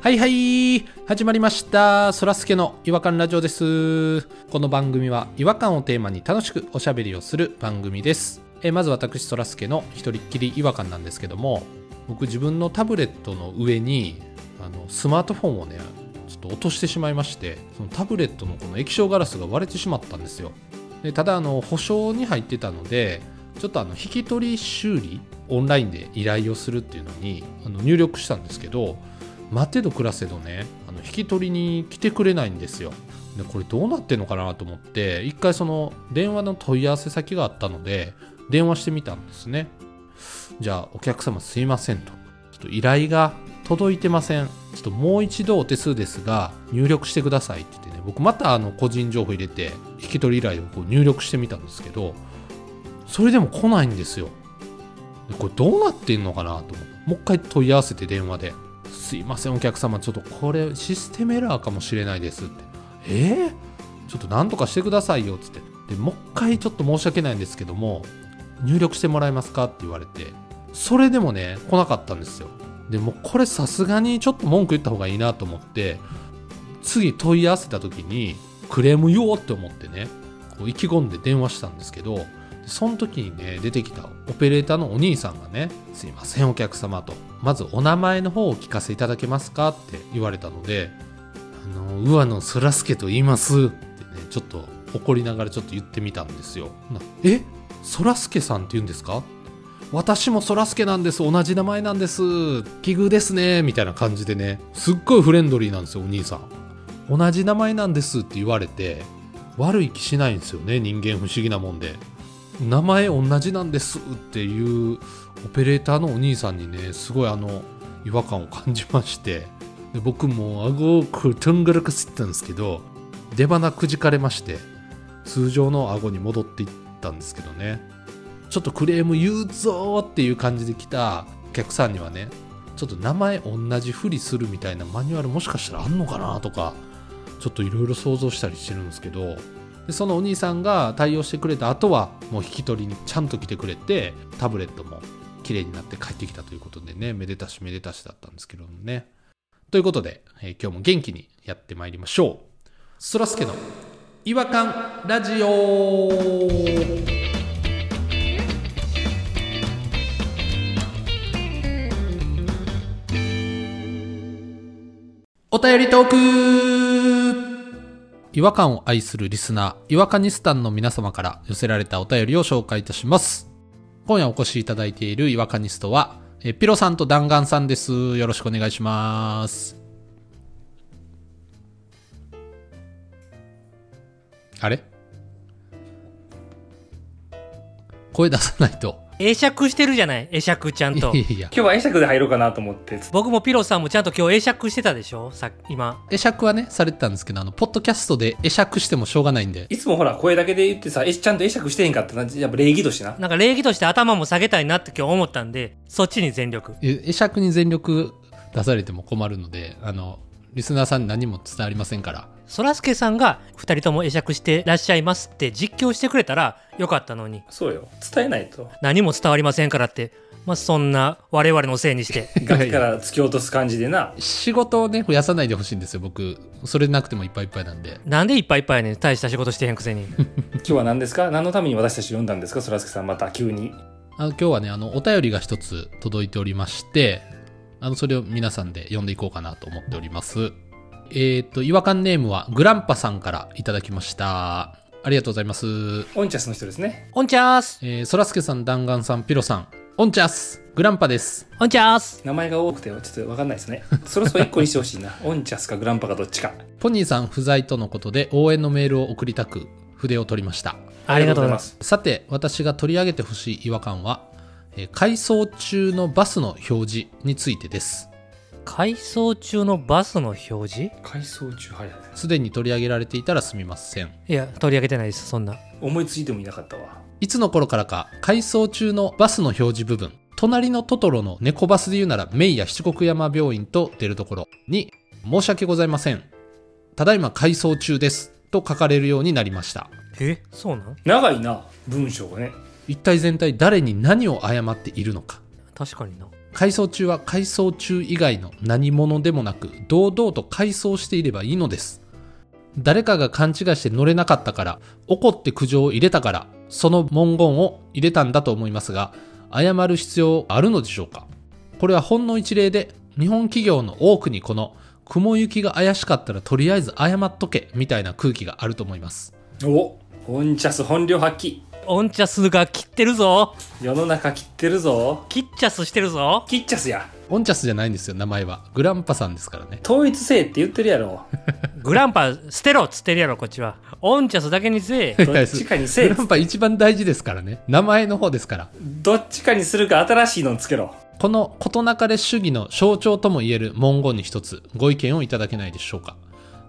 はいはい始まりましたそらすけの違和感ラジオですこの番組は違和感をテーマに楽しくおしゃべりをする番組ですえーまず私そらすけの一人っきり違和感なんですけども僕自分のタブレットの上にあのスマートフォンをねちょっと落としてしまいましてそのタブレットのこの液晶ガラスが割れてしまったんですよでただあの保証に入ってたのでちょっとあの引き取り修理オンラインで依頼をするっていうのにあの入力したんですけど待てど暮らせどねあの引き取りに来てくれないんですよでこれどうなってんのかなと思って一回その電話の問い合わせ先があったので電話してみたんですねじゃあお客様すいませんとちょっと依頼が届いてませんちょっともう一度お手数ですが入力してくださいって言ってね僕またあの個人情報入れて引き取り依頼をこう入力してみたんですけどそれでも来ないんですよでこれどうなってんのかなと思ってもう一回問い合わせて電話で「すいませんお客様ちょっとこれシステムエラーかもしれないです」って「えーちょっとなんとかしてくださいよ」っつってでもう一回ちょっと申し訳ないんですけども入力してもらえますかって言われてそれでもね来なかったんですよでもうこれさすがにちょっと文句言った方がいいなと思って次問い合わせた時にクレームよって思ってねこう意気込んで電話したんですけどその時にね出てきたオペレーターのお兄さんがね「すいませんお客様」と「まずお名前の方をお聞かせいただけますか?」って言われたので「あの上野そらすけと言います」ってねちょっと怒りながらちょっと言ってみたんですよ。なえそらすけさんって言うんですか私もそらすけなんです同じ名前なんです奇遇ですねみたいな感じでねすっごいフレンドリーなんですよお兄さん同じ名前なんですって言われて悪い気しないんですよね人間不思議なもんで名前同じなんですっていうオペレーターのお兄さんにねすごいあの違和感を感じましてで僕も顎をくとんがらかすったんですけど出鼻くじかれまして通常の顎に戻っていったんですけどねちょっとクレーム言うぞーっていう感じで来たお客さんにはねちょっと名前同じふりするみたいなマニュアルもしかしたらあんのかなとかちょっといろいろ想像したりしてるんですけどでそのお兄さんが対応してくれた後はもう引き取りにちゃんと来てくれてタブレットも綺麗になって帰ってきたということでねめでたしめでたしだったんですけどもねということで、えー今日も元気にやってまいりましょうそらすけの「違和感ラジオ」お便りトーク違和感を愛するリスナー、違和感ニスタンの皆様から寄せられたお便りを紹介いたします。今夜お越しいただいている違和感ニストは、えピロさんと弾丸さんです。よろしくお願いします。あれ声出さないと。会釈してるじゃない会釈ちゃんといやいや。今日は会釈で入ろうかなと思って僕もピロさんもちゃんと今日会釈してたでしょさ今会釈はね、されてたんですけど、あの、ポッドキャストで会釈してもしょうがないんで、いつもほら声だけで言ってさえちゃんと会釈してへんかったなやっぱ礼儀としてななんか礼儀として頭も下げたいなって今日思ったんでそっちに全力え会釈に全力出されても困るのであのリスナーさんに何も伝わりませんからそらすけさんが2人とも会釈してらっしゃいますって実況してくれたらよかったのにそうよ伝えないと何も伝わりませんからってまあそんな我々の せいにして 崖から突き落とす感じでな仕事をね増やさないでほしいんですよ僕それなくてもいっぱいいっぱいなんでなんでいっぱいいっぱいやねん大した仕事してへんくせに今日は何ですか何のために私たち呼んだんですかそらすけさんまた急にあの今日はねあのお便りが一つ届いておりましてあのそれを皆さんで読んでいこうかなと思っておりますえっ、と違和感ネームはグランパさんからいただきましたありがとうございますオンチャスの人ですねオンチャースえーそらすけさん弾丸さんピロさんオンチャスグランパですオンチャース名前が多くてちょっと分かんないですねそろそろ一個にしてほしい なオンチャスかグランパかどっちかポニーさん不在とのことで応援のメールを送りたく筆を取りましたありがとうございますすさて私が取り上げてほしい違和感は、えー回送中のバスの表示についてです回送中のバスの表示改装中早いすでに取り上げられていたらすみませんいや取り上げてないですそんな思いついてもいなかったわいつの頃からか回送中のバスの表示部分隣のトトロの猫バスで言うならメイヤ七国山病院と出るところに申し訳ございませんただいま回送中ですと書かれるようになりましたえそうなん長いな文章がね一体全体誰に何を謝っているのか確かにな回想中は回想中以外の何者でもなく堂々と回想していればいいのです誰かが勘違いして乗れなかったから怒って苦情を入れたからその文言を入れたんだと思いますが謝る必要あるのでしょうかこれはほんの一例で日本企業の多くにこの雲行きが怪しかったらとりあえず謝っとけみたいな空気があると思いますおオンチャス本領発揮オンチャスが切ってるぞ世の中切ってるぞキッチャスしてるぞキッチャスやオンチャスじゃないんですよ名前はグランパさんですからね統一せえって言ってるやろグランパ捨てろっつってるやろこっちはオンチャスだけにせえいどやっそちかにせグえランパ一番大事ですからね名前の方ですからどっちかにするか新しいのつけろこの事なかれ主義の象徴とも言える文言に一つご意見をいただけないでしょうか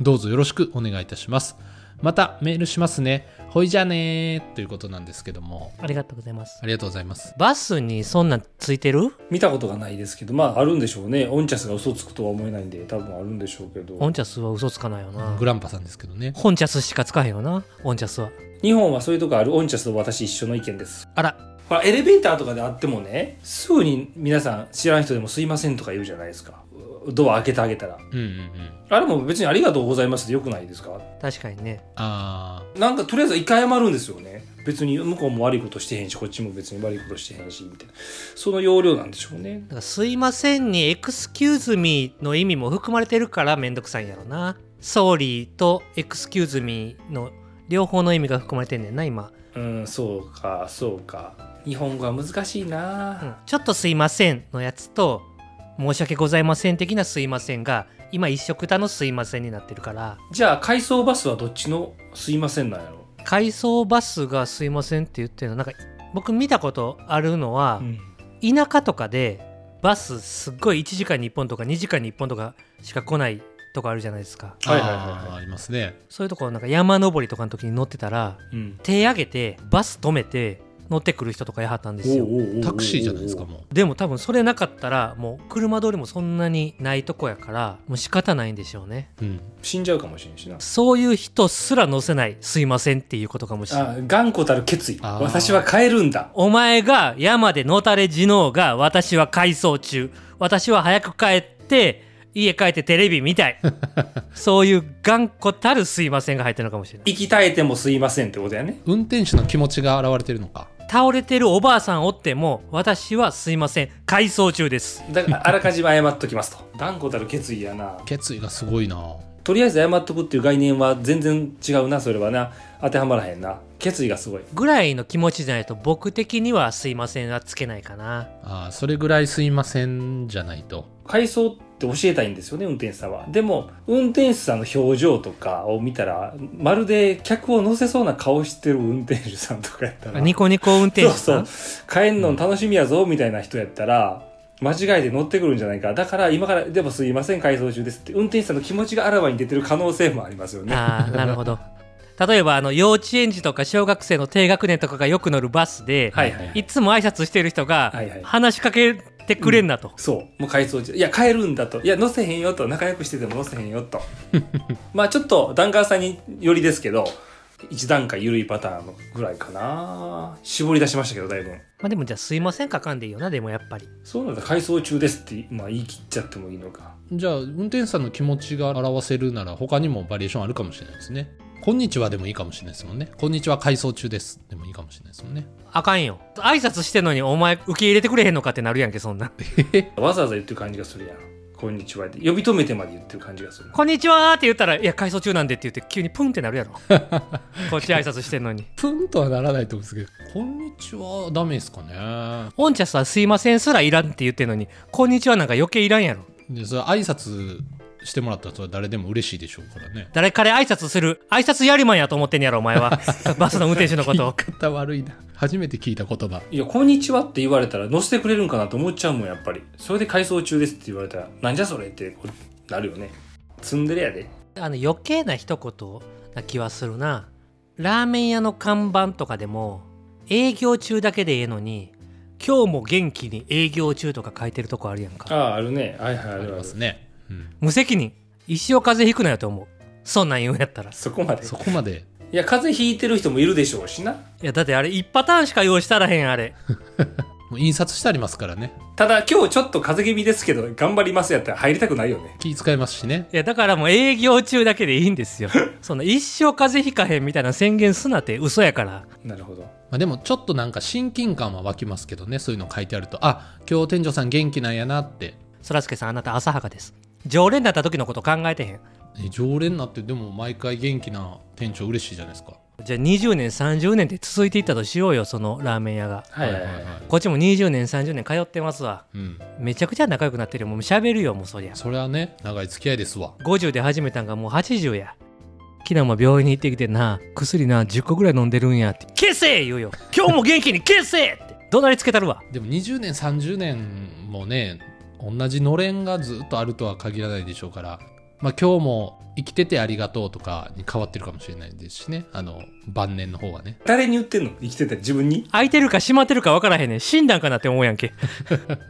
どうぞよろしくお願いいたしますまたメールしますねほいじゃあねーということなんですけどもありがとうございますありがとうございますバスにそんなんついてる見たことがないですけどまああるんでしょうねオンチャスが嘘つくとは思えないんで多分あるんでしょうけオンどチャスは嘘つかないよなグランパさんですけどねホンチャスしかつかへんよなオンチャスは日本はそういうとこあるオンチャスと私一緒の意見ですあらほらエレベーターとかであってもねすぐに皆さん知らん人でも「すいません」とか言うじゃないですかうドア開けてあげたらうんうんうんあれも別に「ありがとうございます」でよくないですか確かにねあなんかとりあえず一回謝るんですよね別に向こうも悪いことしてへんしこっちも別に悪いことしてへんしみたいなその要領なんでしょうねだからすいませんにエクスキューズミーの意味も含まれてるからめんどくさいんやろなソーリーとエクスキューズミーの両方の意味が含まれてんねんな今、うんそうかそうか日本語は難しいな、うん、ちょっとすいませんのやつと申し訳ございません的なすいませんが今一色たのすいませんになってるからじゃあ回送バスはどっちのすいませんなんやろ回送バスがすいませんって言ってるのなんか僕見たことあるのは、田舎とかでバスすっごい1時間に1本とか2時間に1本とかしか来ないとかあるじゃないですかーあー、はいはいはいはいありますねそういうとこなんか山登りとかの時に乗ってたらうん手上げてバス止めて乗ってくる人とかやはったんですよタクシーじゃないですかもうでも多分それなかったらもう車通りもそんなにないとこやからもう仕方ないんでしょうねうん、死んじゃうかもしれんしなそういう人すら乗せないすいませんっていうことかもしれないあ頑固たる決意あー私は変えるんだお前が山でのたれ地のうが私は改装中私は早く帰って家帰ってテレビ見たいそういう頑固たるすいませんが入ってるのかもしれない息絶えてもすいませんってことやね運転手の気持ちが現れてるのか倒れてるおばあさんおっても私はすいません改装中です だからあらかじめ謝っときますと頑固たる決意やな決意がすごいなとりあえず謝っとくっていう概念は全然違うなそれはな当てはまらへんな決意がすごいぐらいの気持ちじゃないと僕的にはすいませんはつけないかなあーそれぐらいすいませんじゃないと回送って教えたいんですよね運転手さんはでも運転手さんの表情とかを見たらまるで客を乗せそうな顔してる運転手さんとかやったらニコニコ運転手そさうんそう帰んの楽しみやぞみたいな人やったら間違えて乗ってくるんじゃないかだから今からでもすいません回送中ですって運転手さんの気持ちがあらわに出てる可能性もありますよねああなるほど例えばあの幼稚園児とか小学生の低学年とかがよく乗るバスで、はいはいいつも挨拶してる人がはいはい話しかけてくれんなと、そうもう回送中いや帰るんだといや乗せへんよと仲良くしてても乗せへん よとまあちょっとダンカーさんによりですけど一段階緩いパターンぐらいかな絞り出しましたけどだいぶまあ、でもじゃあ「すいません」かかんでいいよなでもやっぱりそうなんだ改装中ですって、まあ、言い切っちゃってもいいのかじゃあ運転手さんの気持ちが表せるなら他にもバリエーションあるかもしれないですねこんにちはでもいいかもしれないですもんねこんにちは改装中ですでもいいかもしれないですもんねあかんよ挨拶してんのにお前受け入れてくれへんのかってなるやんけそん なわざわざ言ってる感じがするやんこんにちはって呼び止めてまで言ってる感じがするこんにちはって言ったら「いや改装中なんで」って言って急にプンってな るやろこっち挨拶してんのにプンとはならないと思うんですけどこんにちはダメですかねオンチャスは「すいません」すらいらんって言ってんのに「こんにちは」なんか余計いらんやろでそれ挨拶してもらったらそれは誰でも嬉しいでしょうからね誰彼挨拶する挨拶やりまんやと思ってんやろお前 はバスの運転手のこと言いを方悪いな初めて聞いた言葉いや、こんにちはって言われたら乗せてくれるんかなと思っちゃうもん、やっぱり。それで改装中ですって言われたら、なんじゃそれってこうなるよね。ツンデレやで。あの余計な一言な気はするなラーメン屋の看板とかでも営業中だけでええのに今日も元気に営業中とか書いてるとこあるやんあかあ、あるね。はいはい、あありるあまる。すね、うん、無責任一生風邪ひくなよと思うそんなん言うんやったらいそこまで。いそこまでや、風邪ひいてる人もいるでしょうしな。やだってあれ一パターンしか用意したらへんあれもう印刷してありますからねただ今日ちょっと風邪気味ですけど頑張りますやったら入りたくないよね気使いますしねいやだからもう営業中だけでいいんですよその一生風邪ひかへんみたいな宣言すなって嘘やからなるほどまあ、でもちょっとなんか親近感は湧きますけどねそういうの書いてあるとあ今日店長さん元気なんやなってそらすけさんあなた浅はかです常連だった時のこと考えてへんえ常連になってでも毎回元気な店長嬉しいじゃないですかじゃあ20年30年って続いていったとしようよそのラーメン屋がはいはいはい、こっちも20年30年通ってますわうんめちゃくちゃ仲良くなってるよもう喋るよもうそりゃそれはね長い付き合いですわ50で始めたんがもう80や昨日も病院に行ってきてな薬な10個ぐらい飲んでるんやって「消せ!」言うよ「今日も元気に消せ!」って怒鳴りつけたるわでも20年30年もね同じのれんがずっとあるとは限らないでしょうからまあ今日も生きててありがとうとかに変わってるかもしれないですしねあの晩年の方はね誰に言ってんの生きてて自分に空いてるか閉まってるか分からへんねん死んだんかなって思うやんけ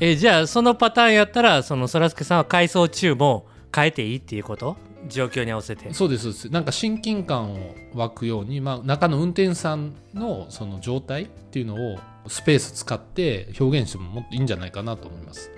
えじゃあそのパターンやったらそのそらすけさんは改装中も変えていいっていうこと状況に合わせてそうですそうですなんか親近感を湧くように、まあ、中の運転手さんのその状態っていうのをスペース使って表現してももっといいんじゃないかなと思います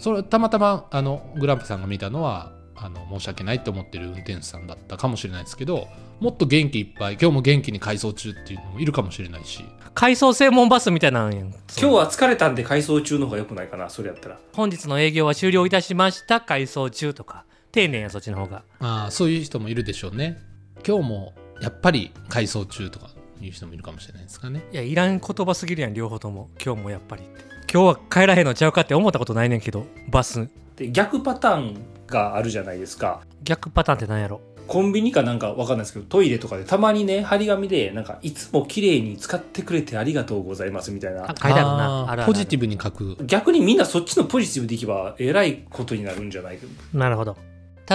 それたまたまあのグランプさんが見たのはあの申し訳ないと思ってる運転手さんだったかもしれないですけどもっと元気いっぱい今日も元気に改装中っていうのもいるかもしれないし改装専門バスみたいなんやん今日は疲れたんで改装中の方が良くないかなそれやったら本日の営業は終了いたしました改装中とか丁寧やそっちの方があーそういう人もいるでしょうね今日もやっぱり改装中とかいう人もいるかもしれないですかねいやいらん言葉すぎるやん両方とも今日もやっぱりって今日は帰らへんのちゃうかって思ったことないねんけどバスで逆パターンがあるじゃないですか逆パターンってなんやろコンビニかなんかわかんないですけどトイレとかでたまにね張り紙でなんかいつも綺麗に使ってくれてありがとうございますみたいあな書いてあるなーあるあるあるポジティブに書く逆にみんなそっちのポジティブでいけばえらいことになるんじゃないかなるほど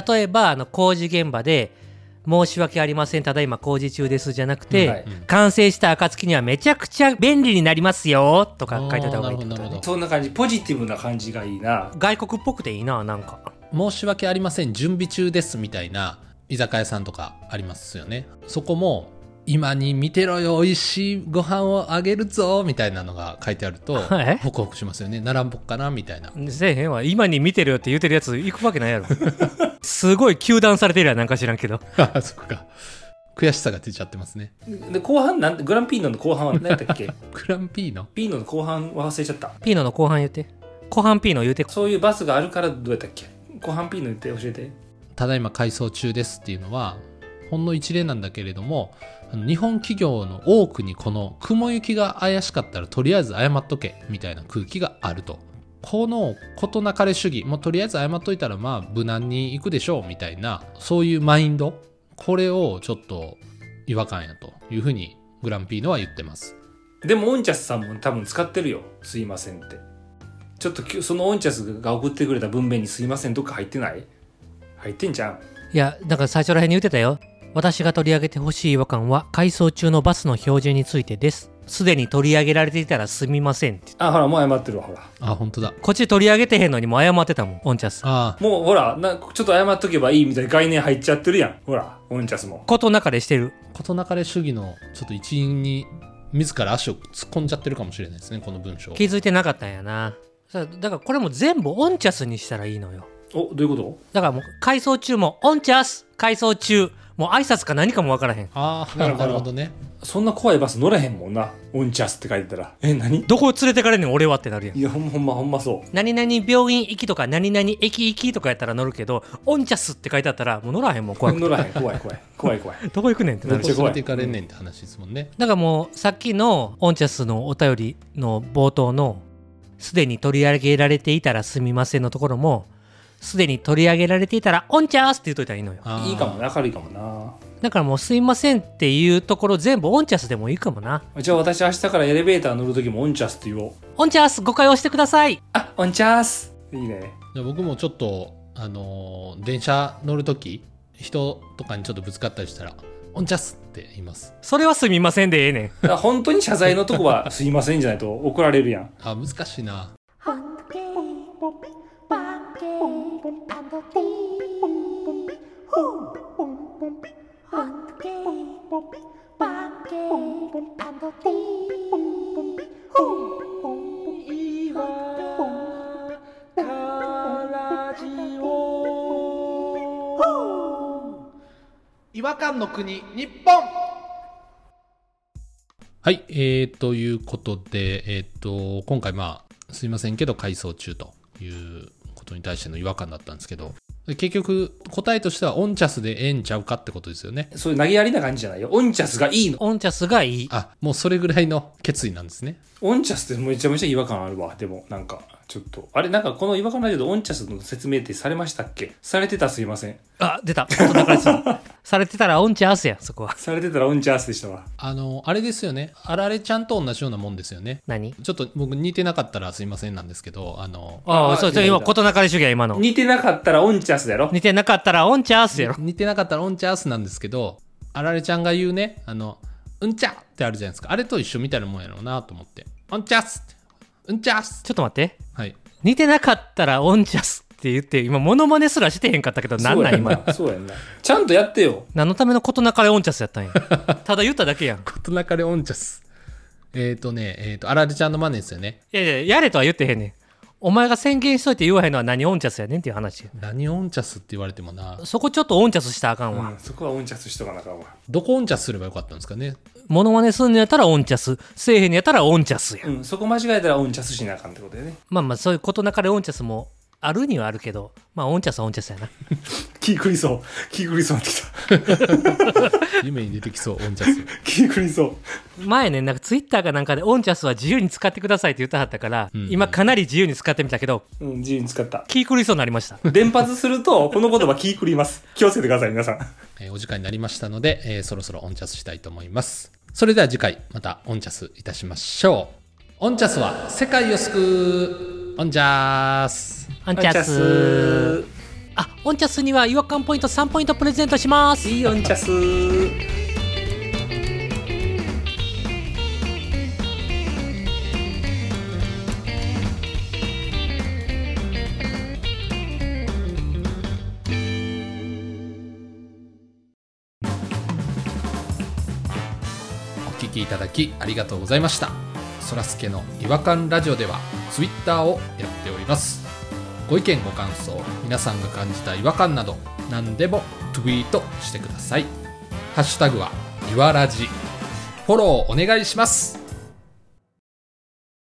例えばあの工事現場で「申し訳ありませんただいま工事中です」じゃなくて、はいうん完成した暁にはめちゃくちゃ便利になりますよとか書いてあった方がいいってことあーなるほどなるほどねそんな感じポジティブな感じがいいな外国っぽくていいななんか申し訳ありません準備中ですみたいな居酒屋さんとかありますよねそこも今に見てろよ美味しいご飯をあげるぞみたいなのが書いてあるとはいホクホクしますよね並んぼっかなみたいなせえへんわ今に見てるよって言うてるやつ行くわけない やろすごい糾弾されてるやんなんか知らんけど あそっか悔しさが出ちゃってますねで後半なんてグランピーノの後半は何やったっけクランピーノピーノの後半は忘れちゃったピーノの後半言って後半ピーノ言うてそういうバスがあるからどうやったっけ後半ピーノ言って教えてただいま改装中ですっていうのはほんの一例なんだけれどもあの日本企業の多くにこの雲行きが怪しかったらとりあえず謝っとけみたいな空気があるとこの事なかれ主義もうとりあえず謝っといたらまあ無難に行くでしょうみたいなそういうマインドこれをちょっと違和感やというふうにグランピーノは言ってますでもオンチャスさんも多分使ってるよ「すいません」ってちょっときゅそのオンチャスが送ってくれた文面に「すいません」どっか入ってない入ってんじゃんいや、なんか最初らへんに言ってたよ。私が取り上げてほしい違和感は、改装中のバスの標準についてです。すでに取り上げられていたらすみませんって。あほらもう謝ってるわほらあ本当だこっち取り上げてへんのにもう謝ってたもん、オンチャス。あもうほらなちょっと謝っとけばいいみたいな概念入っちゃってるやんほらオンチャスもことなかれしてる。事なかれ主義のちょっと一員に自ら足を突っ込んじゃってるかもしれないですねこの文章気づいてなかったんやな。さだからこれも全部オンチャスにしたらいいのよ。おどういうこだからもう、改装中も、オンチャス改装中もう挨拶か何かもわからへん。ああなるほどなるほどねとそんな怖いバス乗れへんもんなオンチャスって書いてたらえ何どこ連れてかれんねん、俺はってなるやん。いやほんまほんまほんまそう何々病院行きとか、何々駅行きとかやったら乗るけど、オンチャスって書いてあったら、もう乗らへんもん、 怖くて。乗らへん怖い怖い怖い怖いどこ行くねんってどなるこめっちゃ連怖れいていかれんねんって話ですもんね。だからもうさっきのオンチャスのお便りの冒頭のすでに取り上げられていたらすみませんのところもすでに取り上げられていたらオンチャースって言っといたらいいのよあーいいかもね明るいかもなだからもうすいませんっていうところ全部オンチャスでもいいかもなじゃあ私明日からエレベーター乗る時もオンチャスって言おうオンチャース誤解をしてくださいあオンチャスいいねじゃあ僕もちょっと、あのー電車乗るとき、人とかにちょっとぶつかったりしたら、オンチャスって言います。それはすみませんでええねんだから本当に謝罪のとこは「すいません」じゃないと怒られるやんあ、難しいな。 Hunky, 違和感の国日本はい、えー、ということで、えー、と今回まあすいませんけど改装中ということに対しての違和感だったんですけど結局答えとしてはオンチャスでええんちゃうかってことですよねそういう投げやりな感じじゃないよ。オンチャスがいいの。オンチャスがいい。あもうそれぐらいの決意なんですねオンチャスってめちゃめちゃ違和感あるわ。でも、なんか、ちょっと。あれ、なんかこの違和感だけど、オンチャスの説明ってされましたっけされてたすいません。あ、出た。元中井さ んされてたらオンチャスや、そこは。されてたらオンチャスでしたわ。あのあれですよねあられちゃんと同じようなもんですよね何ちょっと僕似てなかったらすいませんなんですけどあのああ、そう、そう出た今、ことなかれ主義や、今の。似てなかったらオンチャスだろ。似てなかったらオンチャスやろ。似てなかったらオンチャースなんですけどあられちゃんが言うねあのうんちゃってあるじゃないですかあれと一緒みたいなもんやろうなと思ってオンチャースってうんちゃーすちょっと待って。はい似てなかったらオンチャスって言って、今、モノマネすらしてへんかったけど、なんなん今。今。そうやんな。ちゃんとやってよ。何のためのことなかれオンチャスや ったんや。ただ言っただけやん。ことなかれオンチャスえっ、ー、とねえっ、とあられちゃんのマネですよねいやいや、やれとは言ってへんねん。お前が宣言しといて言わへんのは何オンチャスやねんっていう話。何オンチャスって言われてもなそこちょっとオンチャスしたらあかんうわ。ん、そこはオンチャスしとかなあかんわ。どこオンチャスすればよかったんですかねモノマネすんのやったらオンチャス、せえへんのやったらオンチャスや。うん、そこ間違えたらオンチャスしなあかんってことだよね。まあまあ、そういうことなかれオンチャスもあるにはあるけど、まあオンチャスはオンチャスやな。気狂いそう。気狂いそうになってきた。夢に出てきそうオンチャス気狂いそう。前ね、なんかツイッターかなんかでオンチャスは自由に使ってくださいって言ったはったから、うん今かなり自由に使ってみたけど、うん、自由に使った。気狂いそうになりました。連発すると、この言葉気狂います。気をつけてください、皆さん。えーお時間になりましたので、えーそろそろオンチャスしたいと思います。それでは次回、またオンチャスいたしましょう。オンチャスは世界を救うオンチャースオンチャスあ、オンチャスには違和感ポイント3ポイントプレゼントします。いいオンチャス。お聞きいただきありがとうございました。そらすけの違和感ラジオでは、ツイッターをやっております。ご意見ご感想、皆さんが感じた違和感など、何でもツイートしてください。ハッシュタグは、いわらじ。フォローお願いします。